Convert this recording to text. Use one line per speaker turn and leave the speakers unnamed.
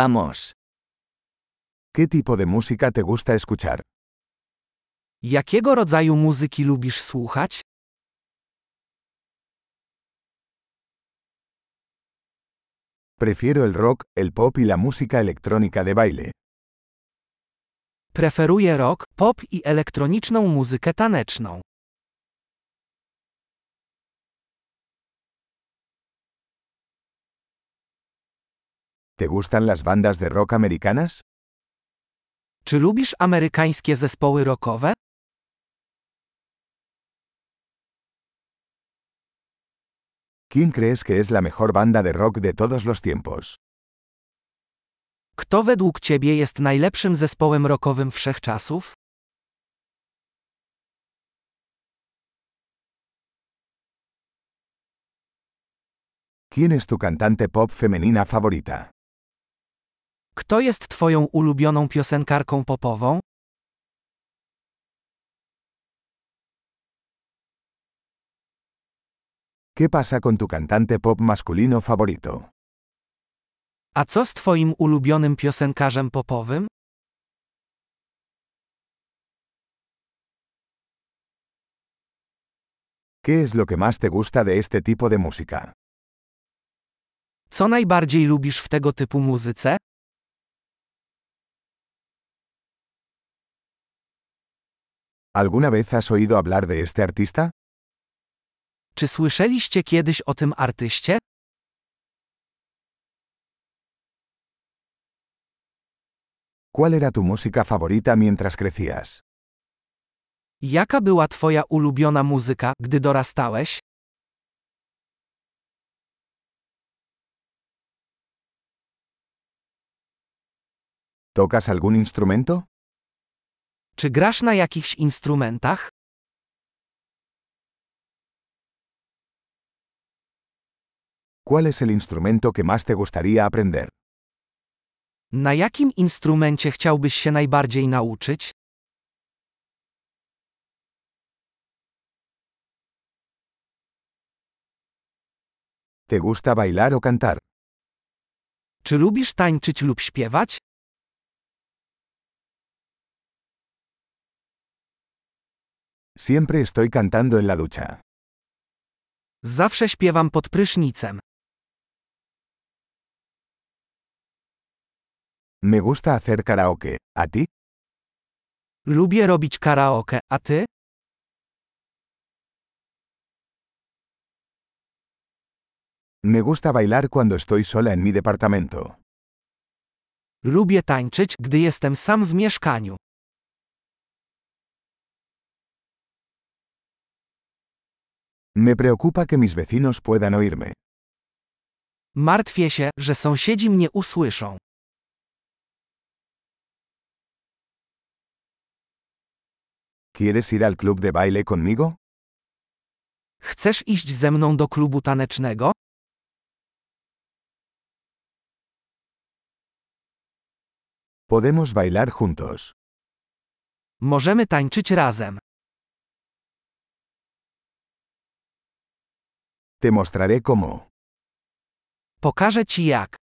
Vamos.
¿Qué tipo de música te gusta escuchar?
Jakiego rodzaju muzyki lubisz słuchać?
Prefiero el rock, el pop y la música electrónica de baile.
Preferuję rock, pop i elektroniczną muzykę taneczną.
¿Te gustan las bandas de rock americanas?
Czy lubisz amerykańskie zespoły rockowe?
¿Quién crees que es la mejor banda de rock de todos los tiempos?
Kto według ciebie jest najlepszym zespołem rockowym wszechczasów?
¿Quién es tu cantante pop femenina favorita?
Kto jest twoją ulubioną piosenkarką popową?
¿Qué pasa con tu cantante pop masculino favorito?
A co z twoim ulubionym piosenkarzem popowym?
¿Qué es lo que más te gusta de este tipo de música?
Co najbardziej lubisz w tego typu muzyce?
¿Alguna vez has oído hablar de este artista?
Czy słyszeliście kiedyś o tym artyście?
¿Cuál era tu música favorita mientras crecías?
Jaka była twoja ulubiona muzyka, gdy dorastałeś?
¿Tocas algún instrumento?
Czy grasz na jakichś instrumentach?
¿Cuál es el instrumento que más te gustaría aprender?
Na jakim instrumencie chciałbyś się najbardziej nauczyć?
¿Te gusta bailar o cantar?
Czy lubisz tańczyć lub śpiewać?
Siempre estoy cantando en la ducha.
Zawsze śpiewam pod prysznicem.
Me gusta hacer karaoke. ¿A ti?
Lubię robić karaoke, a ty?
Me gusta bailar cuando estoy sola en mi departamento.
Lubię tańczyć, gdy jestem sam w mieszkaniu.
Me preocupa que mis vecinos puedan oírme.
Martwię się, że sąsiedzi mnie usłyszą.
¿Quieres ir al club de baile conmigo?
Chcesz iść ze mną do klubu tanecznego?
Podemos bailar juntos.
Możemy tańczyć razem.
Te mostraré cómo.
Pokażę ci jak.